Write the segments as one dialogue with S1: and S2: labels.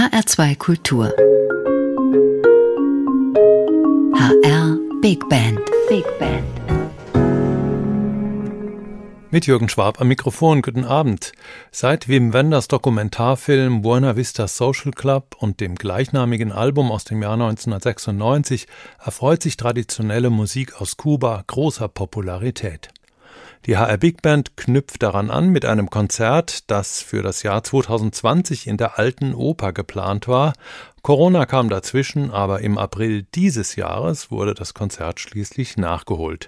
S1: HR2 Kultur. HR Big Band. Big Band.
S2: Mit Jürgen Schwab am Mikrofon, guten Abend. Seit Wim Wenders Dokumentarfilm Buena Vista Social Club und dem gleichnamigen Album aus dem Jahr 1996 erfreut sich traditionelle Musik aus Kuba großer Popularität. Die HR Big Band knüpft daran an mit einem Konzert, das für das Jahr 2020 in der Alten Oper geplant war. Corona kam dazwischen, aber im April dieses Jahres wurde das Konzert schließlich nachgeholt.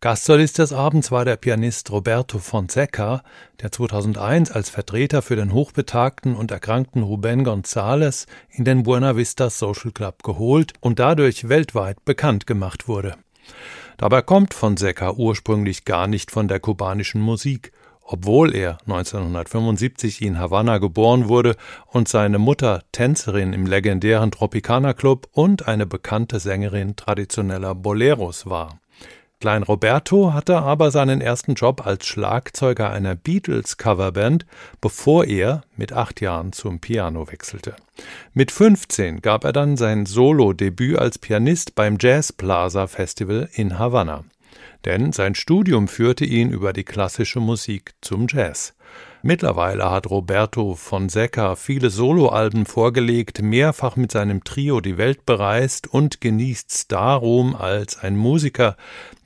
S2: Gastsolist des Abends war der Pianist Roberto Fonseca, der 2001 als Vertreter für den hochbetagten und erkrankten Ruben González in den Buena Vista Social Club geholt und dadurch weltweit bekannt gemacht wurde. Dabei kommt Fonseca ursprünglich gar nicht von der kubanischen Musik, obwohl er 1975 in Havanna geboren wurde und seine Mutter Tänzerin im legendären Tropicana Club und eine bekannte Sängerin traditioneller Boleros war. Klein Roberto hatte aber seinen ersten Job als Schlagzeuger einer Beatles-Coverband, bevor er mit acht Jahren zum Piano wechselte. Mit 15 gab er dann sein Solo-Debüt als Pianist beim Jazz Plaza Festival in Havanna. Denn sein Studium führte ihn über die klassische Musik zum Jazz. Mittlerweile hat Roberto Fonseca viele Soloalben vorgelegt, mehrfach mit seinem Trio die Welt bereist und genießt Star-Ruhm als ein Musiker,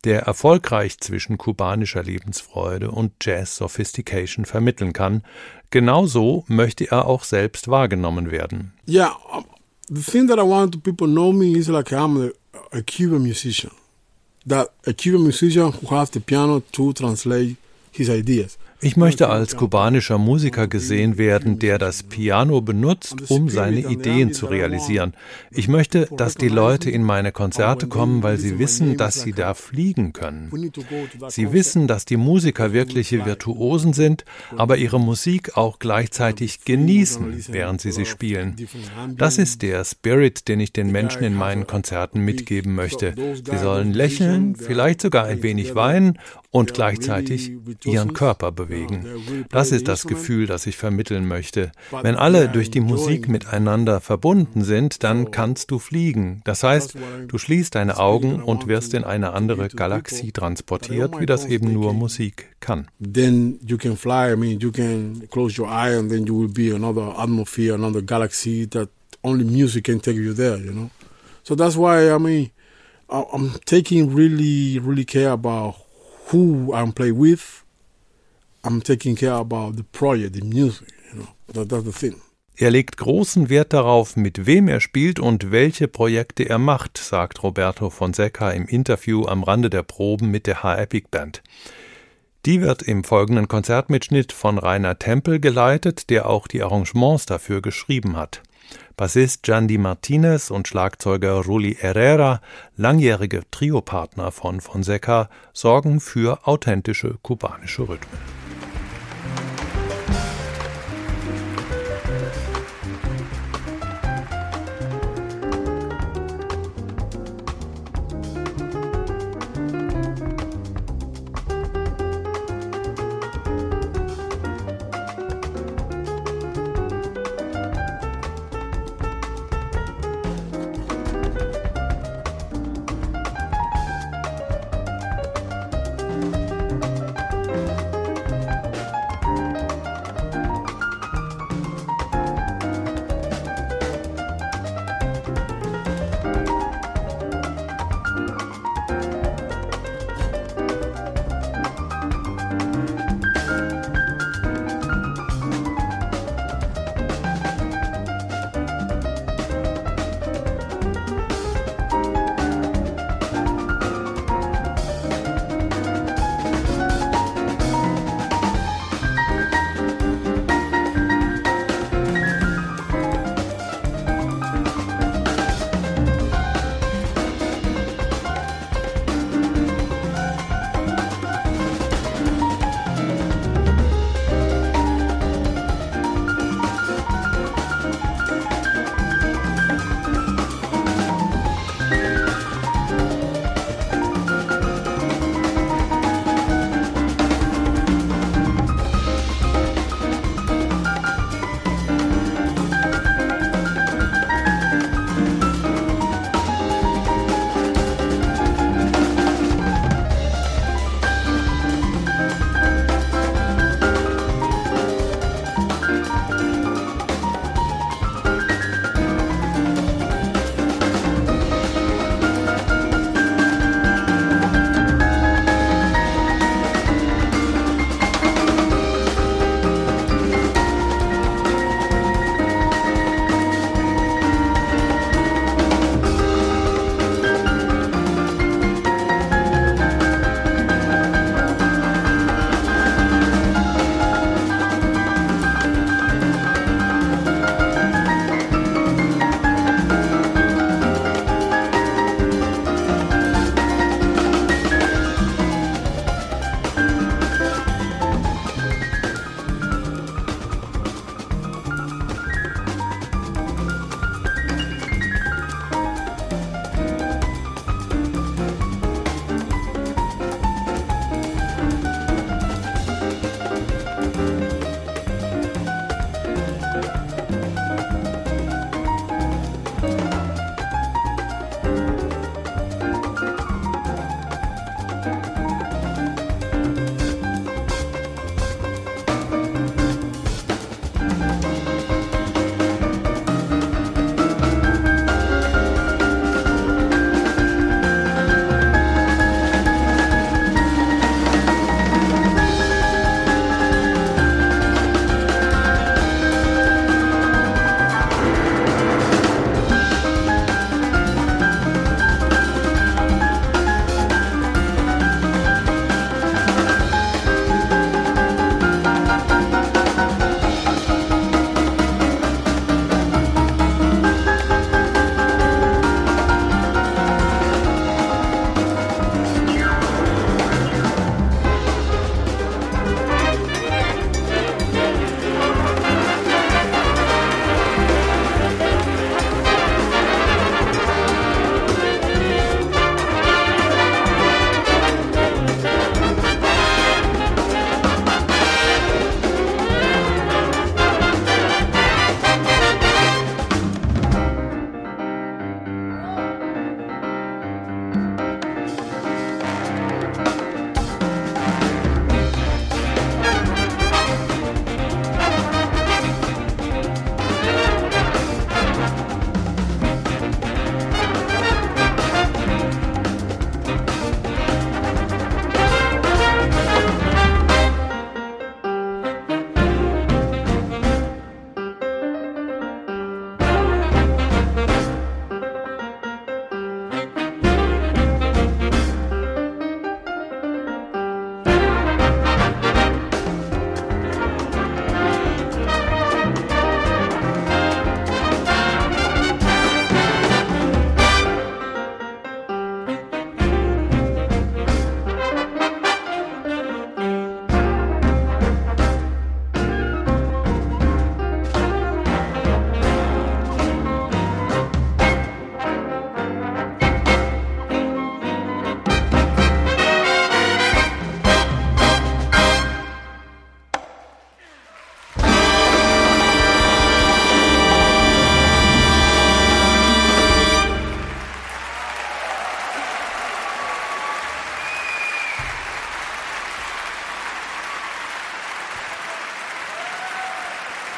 S2: der erfolgreich zwischen kubanischer Lebensfreude und Jazz Sophistication vermitteln kann. Genauso möchte er auch selbst wahrgenommen werden.
S3: Yeah, um, the thing that I want people know me is like I'm a, a Cuban musician. That a Cuban musician who has the piano to translate his ideas.
S2: Ich möchte als kubanischer Musiker gesehen werden, der das Piano benutzt, um seine Ideen zu realisieren. Ich möchte, dass die Leute in meine Konzerte kommen, weil sie wissen, dass sie da fliegen können. Sie wissen, dass die Musiker wirkliche Virtuosen sind, aber ihre Musik auch gleichzeitig genießen, während sie sie spielen. Das ist der Spirit, den ich den Menschen in meinen Konzerten mitgeben möchte. Sie sollen lächeln, vielleicht sogar ein wenig weinen und gleichzeitig ihren Körper bewegen. Bewegen. Das ist das Gefühl, das ich vermitteln möchte. Wenn alle durch die Musik miteinander verbunden sind, dann kannst du fliegen. Das heißt, du schließt deine Augen und wirst in eine andere Galaxie transportiert, wie das eben nur Musik kann.
S3: Then you can fly. I mean, you can close your eye and then you will be another atmosphere, another galaxy that only music can take you there. You know, so that's why I mean, I'm taking really, really care about who I'm play with. I'm taking care about the project, the music, you know. That, that's the thing.
S2: Er legt großen Wert darauf, mit wem er spielt und welche Projekte er macht, sagt Roberto Fonseca im Interview am Rande der Proben mit der HR Big Band. Die wird im folgenden Konzertmitschnitt von Rainer Tempel geleitet, der auch die Arrangements dafür geschrieben hat. Bassist Jandy Martinez und Schlagzeuger Ruli Herrera, langjährige Triopartner von Fonseca, sorgen für authentische kubanische Rhythmen.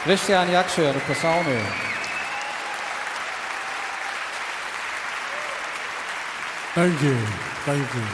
S4: Christian Jakschör, Posaune.
S3: Thank you. Thank you.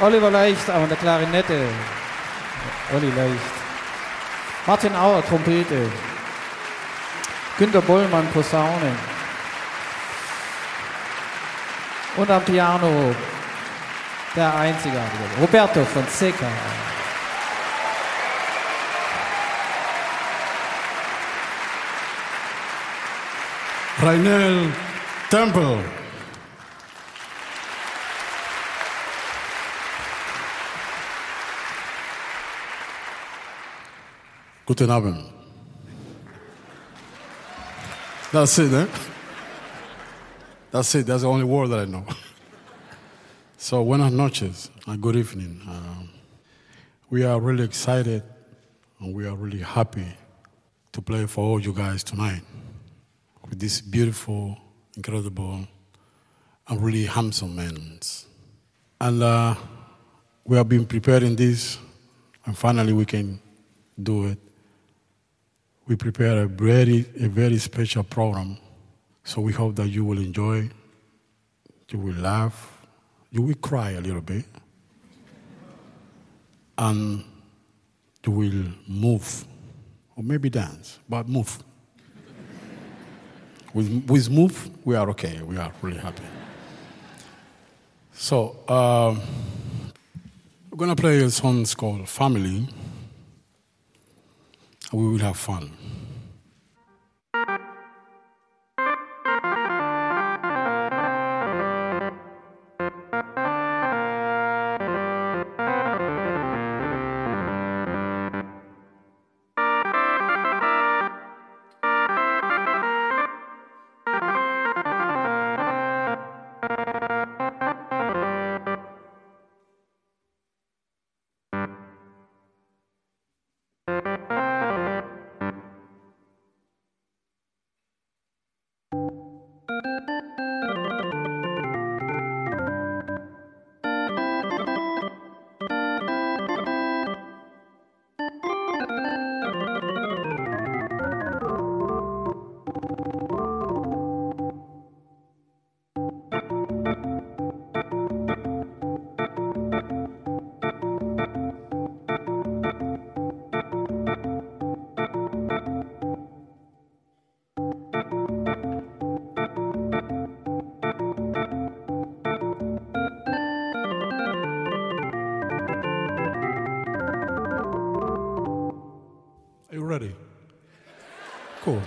S4: Oliver Leicht an der Klarinette. Olli Leicht. Martin Auer, Trompete. Günter Bollmann, Posaune. Und am Piano der einzigartige Roberto Fonseca.
S3: Rainel Temple. Guten Abend. That's it, eh? That's it. That's the only word that I know. So, buenas noches and good evening. Um, we are really excited and we are really happy to play for all you guys tonight with this beautiful, incredible, and really handsome man. And uh, we have been preparing this, and finally we can do it. We prepared a very, a very special program, so we hope that you will enjoy, you will laugh, you will cry a little bit, and you will move, or maybe dance, but move. with, with move, we are okay. We are really happy. So um, we're gonna play a song called "Family." and we will have fun. Are you ready? Cool.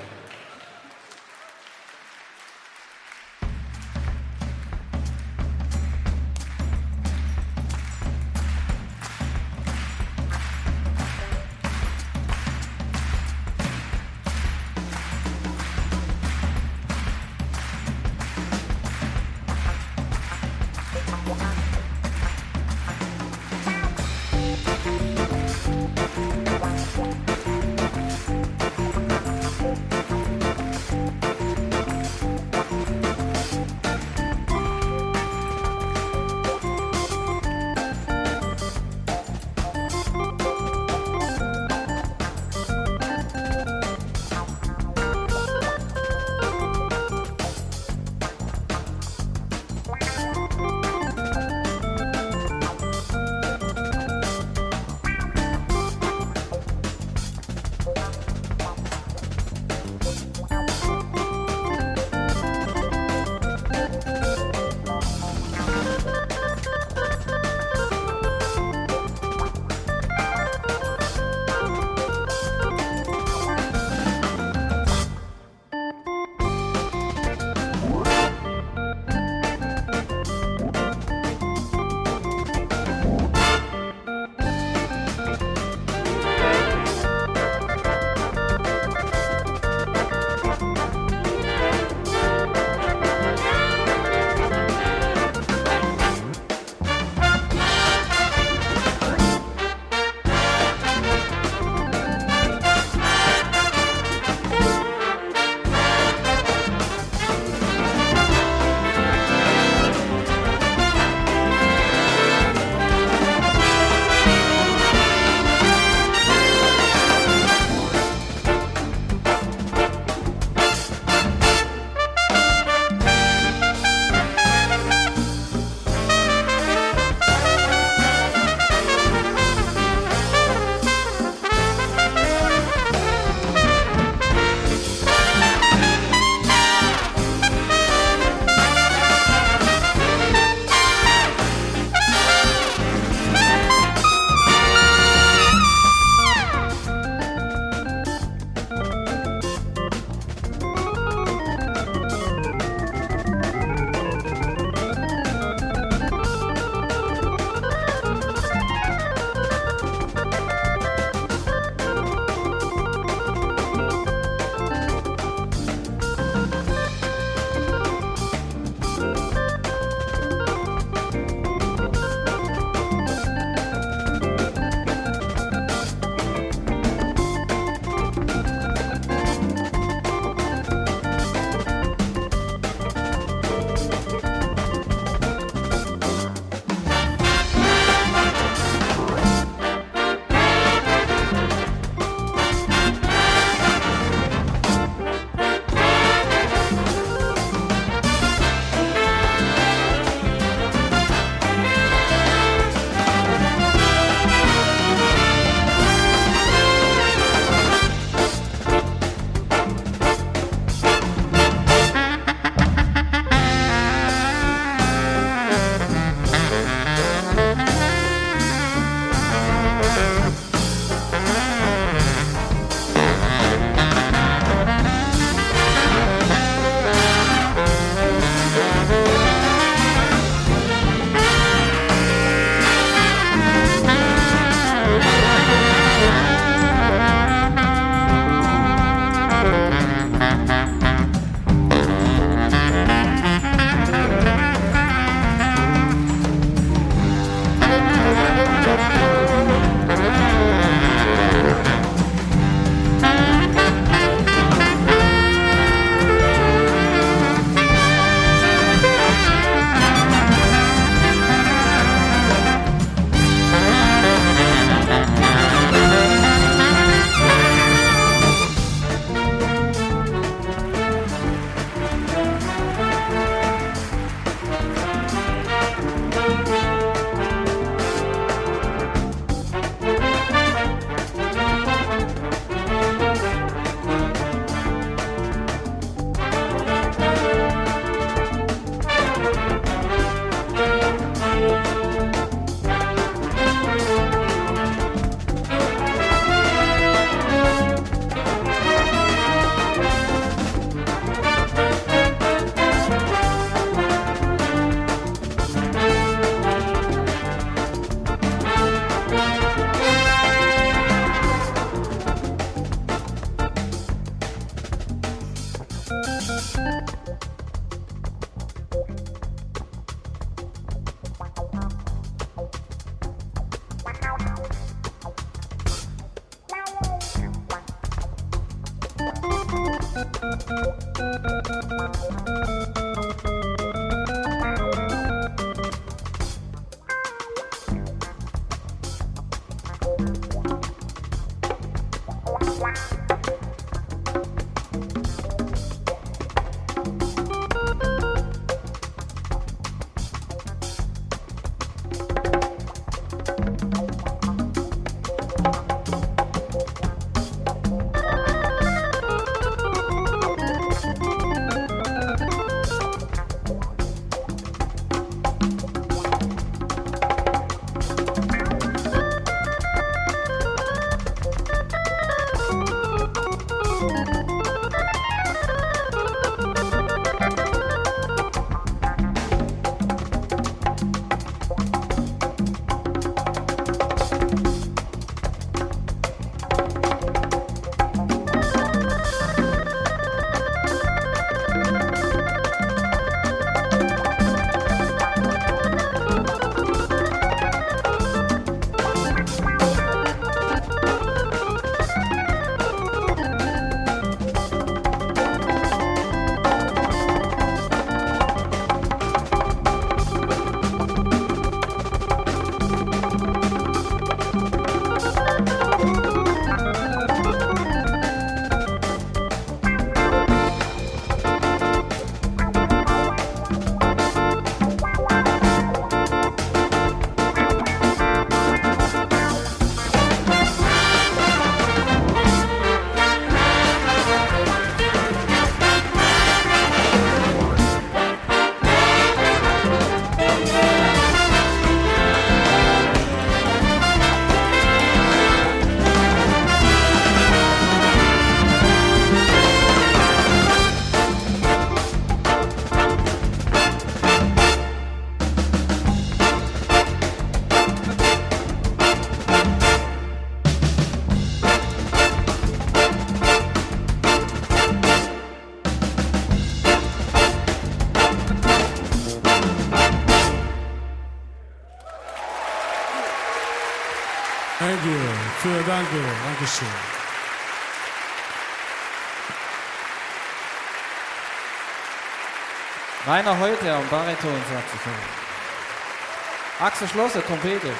S3: Thank you. Vielen Dank. Dankeschön.
S4: Rainer Heuter am Bariton, Saxophon. Axel Schlosser, Trompete.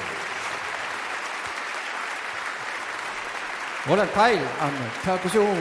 S4: Roland Peil an Perkussion.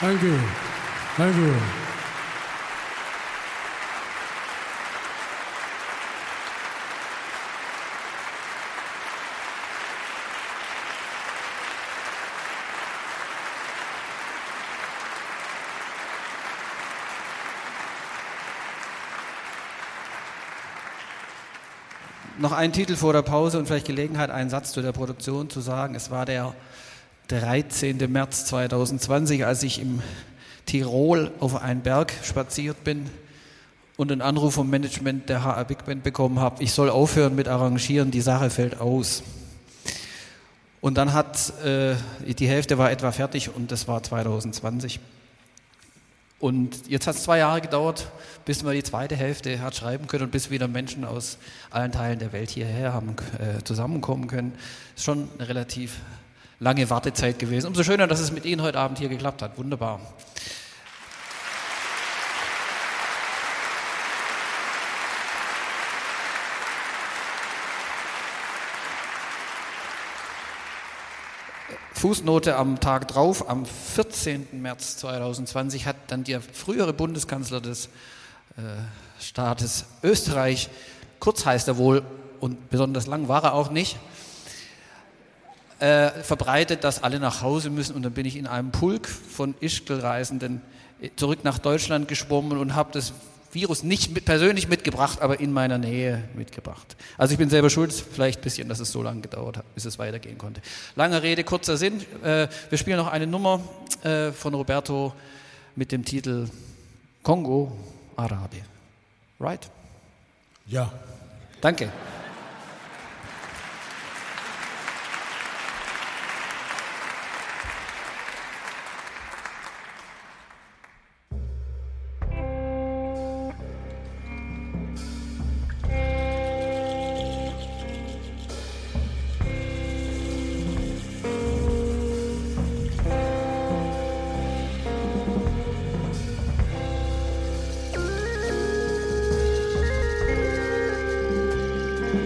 S5: Thank you. Thank you.
S4: Noch ein Titel vor der Pause und vielleicht Gelegenheit, einen Satz zu der Produktion zu sagen. Es war der 13. März 2020, als ich im Tirol auf einen Berg spaziert bin und einen Anruf vom Management der HR Big Band bekommen habe, ich soll aufhören mit Arrangieren, die Sache fällt aus. Und dann hat, äh, die Hälfte war etwa fertig und das war 2020. Und jetzt hat es zwei Jahre gedauert, bis man die zweite Hälfte hat schreiben können und bis wieder Menschen aus allen Teilen der Welt hierher haben äh, zusammenkommen können. Ist schon eine relativ lange Wartezeit gewesen. Umso schöner, dass es mit Ihnen heute Abend hier geklappt hat. Wunderbar. Fußnote am Tag drauf, am 14. März 2020, hat dann der frühere Bundeskanzler des äh, Staates Österreich, kurz heißt er wohl und besonders lang war er auch nicht, äh, verbreitet, dass alle nach Hause müssen. Und dann bin ich in einem Pulk von Ischgl-Reisenden äh, zurück nach Deutschland geschwommen und habe das Virus nicht mit, persönlich mitgebracht, aber in meiner Nähe mitgebracht. Also ich bin selber schuld, vielleicht ein bisschen, dass es so lange gedauert hat, bis es weitergehen konnte. Lange Rede, kurzer Sinn. Äh, wir spielen noch eine Nummer äh, von Roberto mit dem Titel Kongo, Arabien. Right?
S5: Ja.
S4: Danke.
S6: Kongo,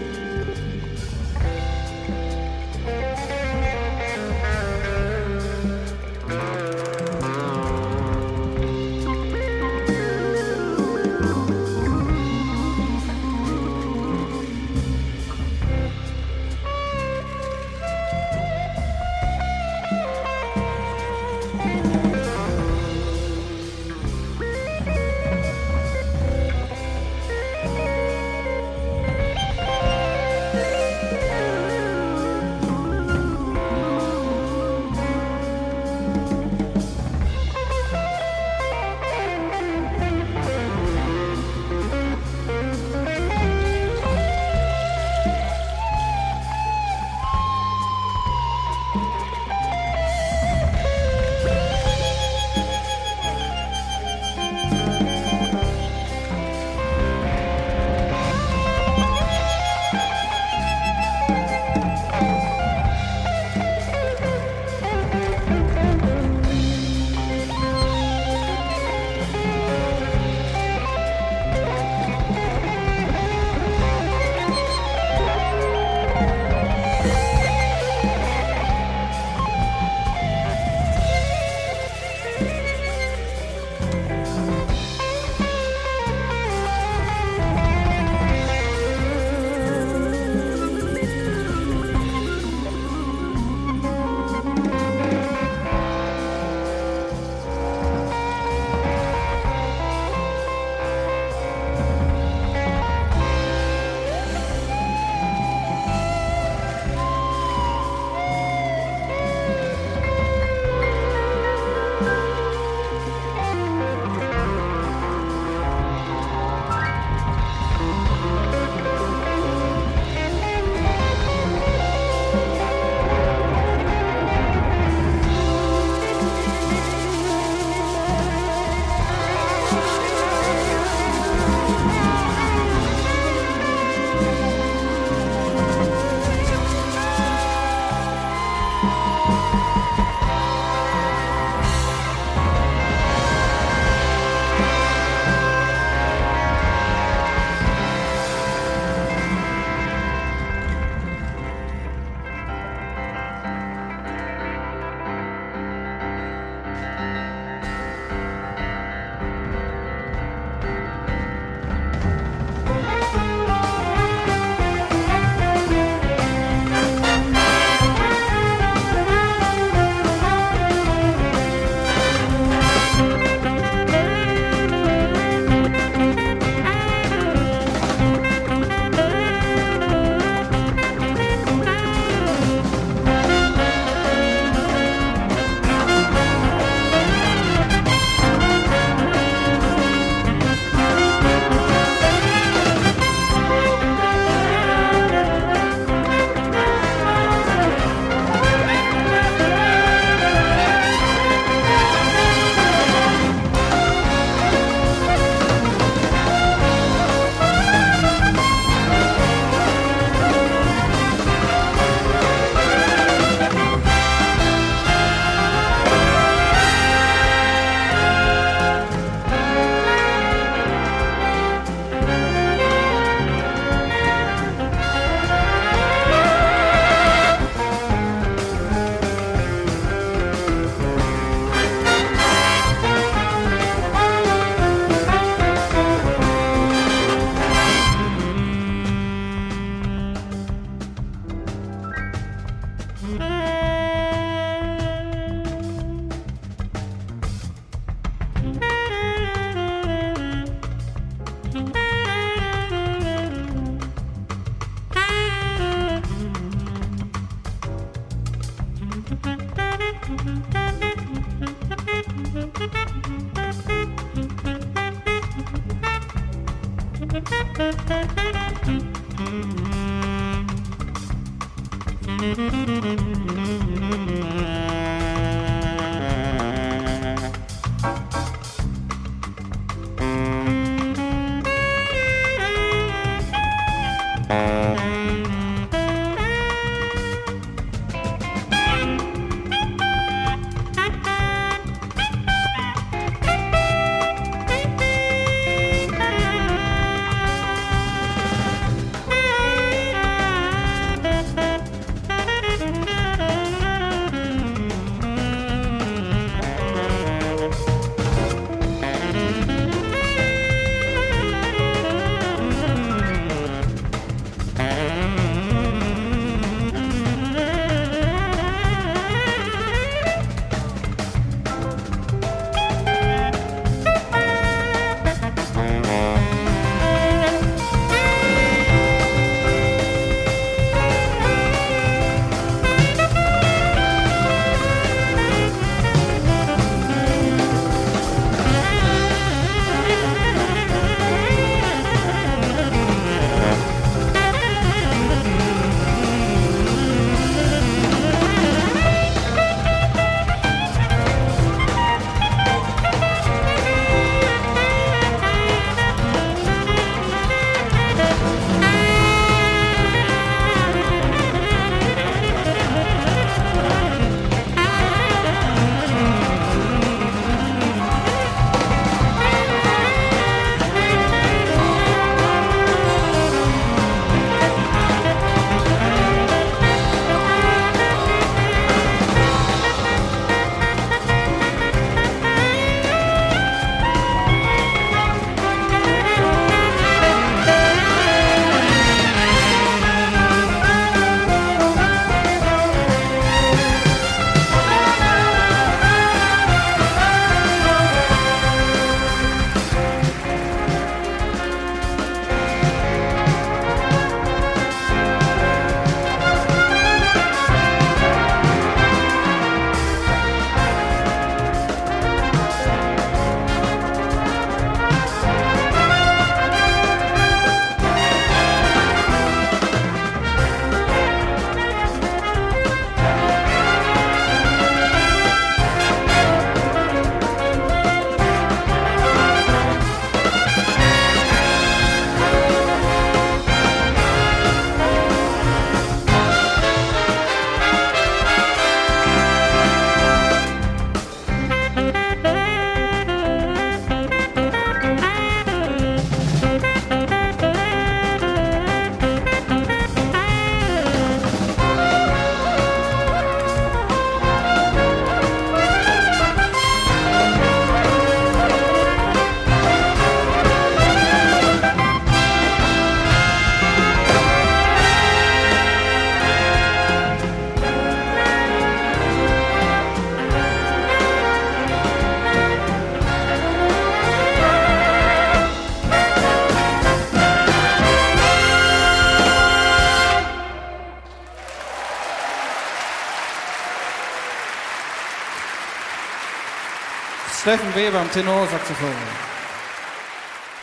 S4: Steffen Weber am Tenorsaxophon.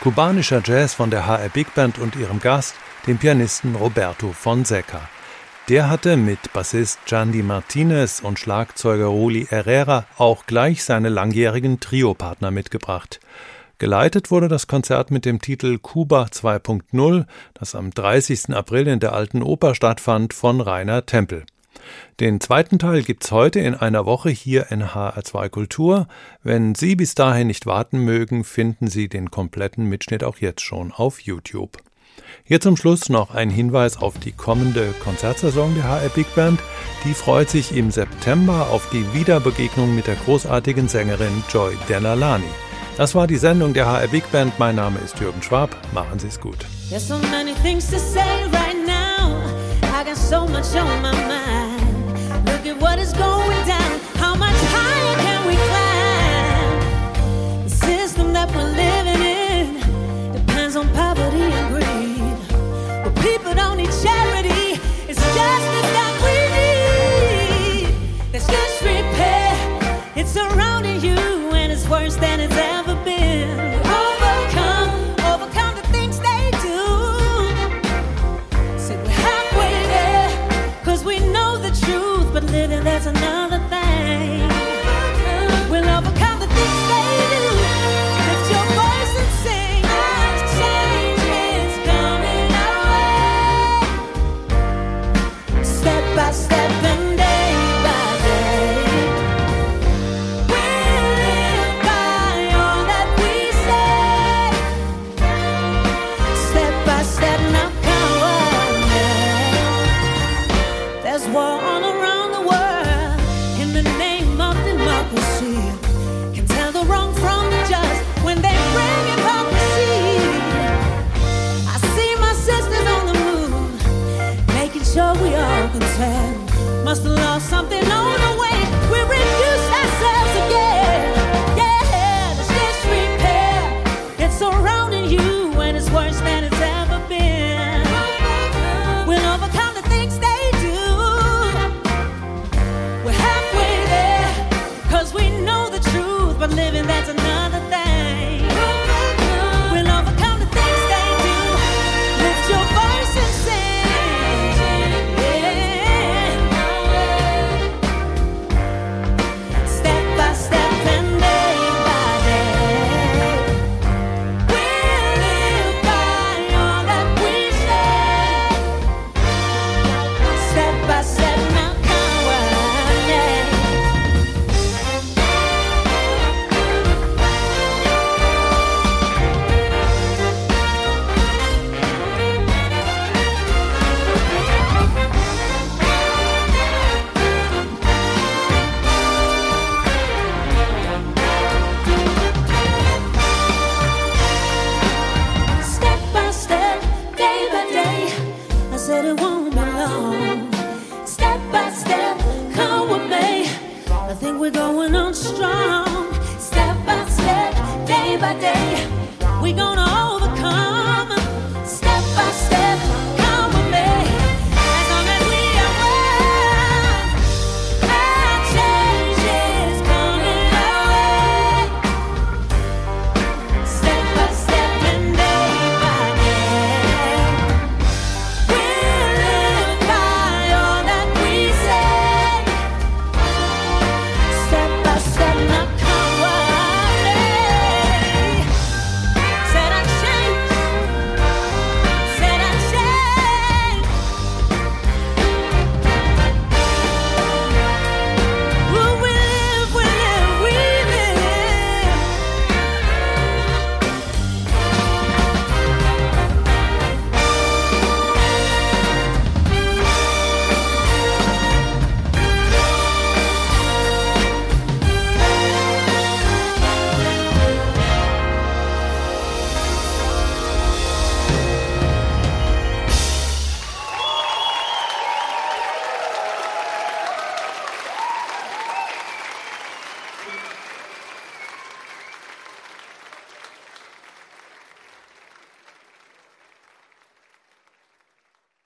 S2: Kubanischer Jazz von der HR Big Band und ihrem Gast, dem Pianisten Roberto Fonseca. Der hatte mit Bassist Jandy Martinez und Schlagzeuger Ruli Herrera auch gleich seine langjährigen Trio-Partner mitgebracht. Geleitet wurde das Konzert mit dem Titel Kuba 2.0, das am 30. April in der Alten Oper stattfand, von Rainer Tempel. Den zweiten Teil gibt's heute in einer Woche hier in HR2 Kultur. Wenn Sie bis dahin nicht warten mögen, finden Sie den kompletten Mitschnitt auch jetzt schon auf YouTube. Hier zum Schluss noch ein Hinweis auf die kommende Konzertsaison der HR Big Band. Die freut sich im September auf die Wiederbegegnung mit der großartigen Sängerin Joy Denalani. Das war die Sendung der HR Big Band. Mein Name ist Jürgen Schwab. Machen Sie es gut.
S6: There's so many things to say right now. I got so much on my mind. Look at what is going down. How much higher can we climb? The system that we're living in depends on poverty and greed. But people don't need charity. It's justice that we need. There's just repair. It's surrounding you and it's worse than it's ever been. Overcome, overcome the things they do. hypocrisy. Can tell the wrong from the just when they bring hypocrisy. I see my sisters on the move, making sure we all contend. Must have lost something on the way. We reduce ourselves again. Yeah, this disrepair. It's surrounding you and it's worse than it's ever been. We'll overcome the things they do. We're halfway there, cause we know the truth, but living that's another thing. We'll overcome the things they do. Lift your voice and sing. Yeah. Step by step and day by day. We'll live by all that we say. Step by step, Mount Kawai. step by step, day by day. I said it won't be long. Step by step, come with me. I think we're going on strong. Step by step, day by day, we're gonna overcome. Step by step, come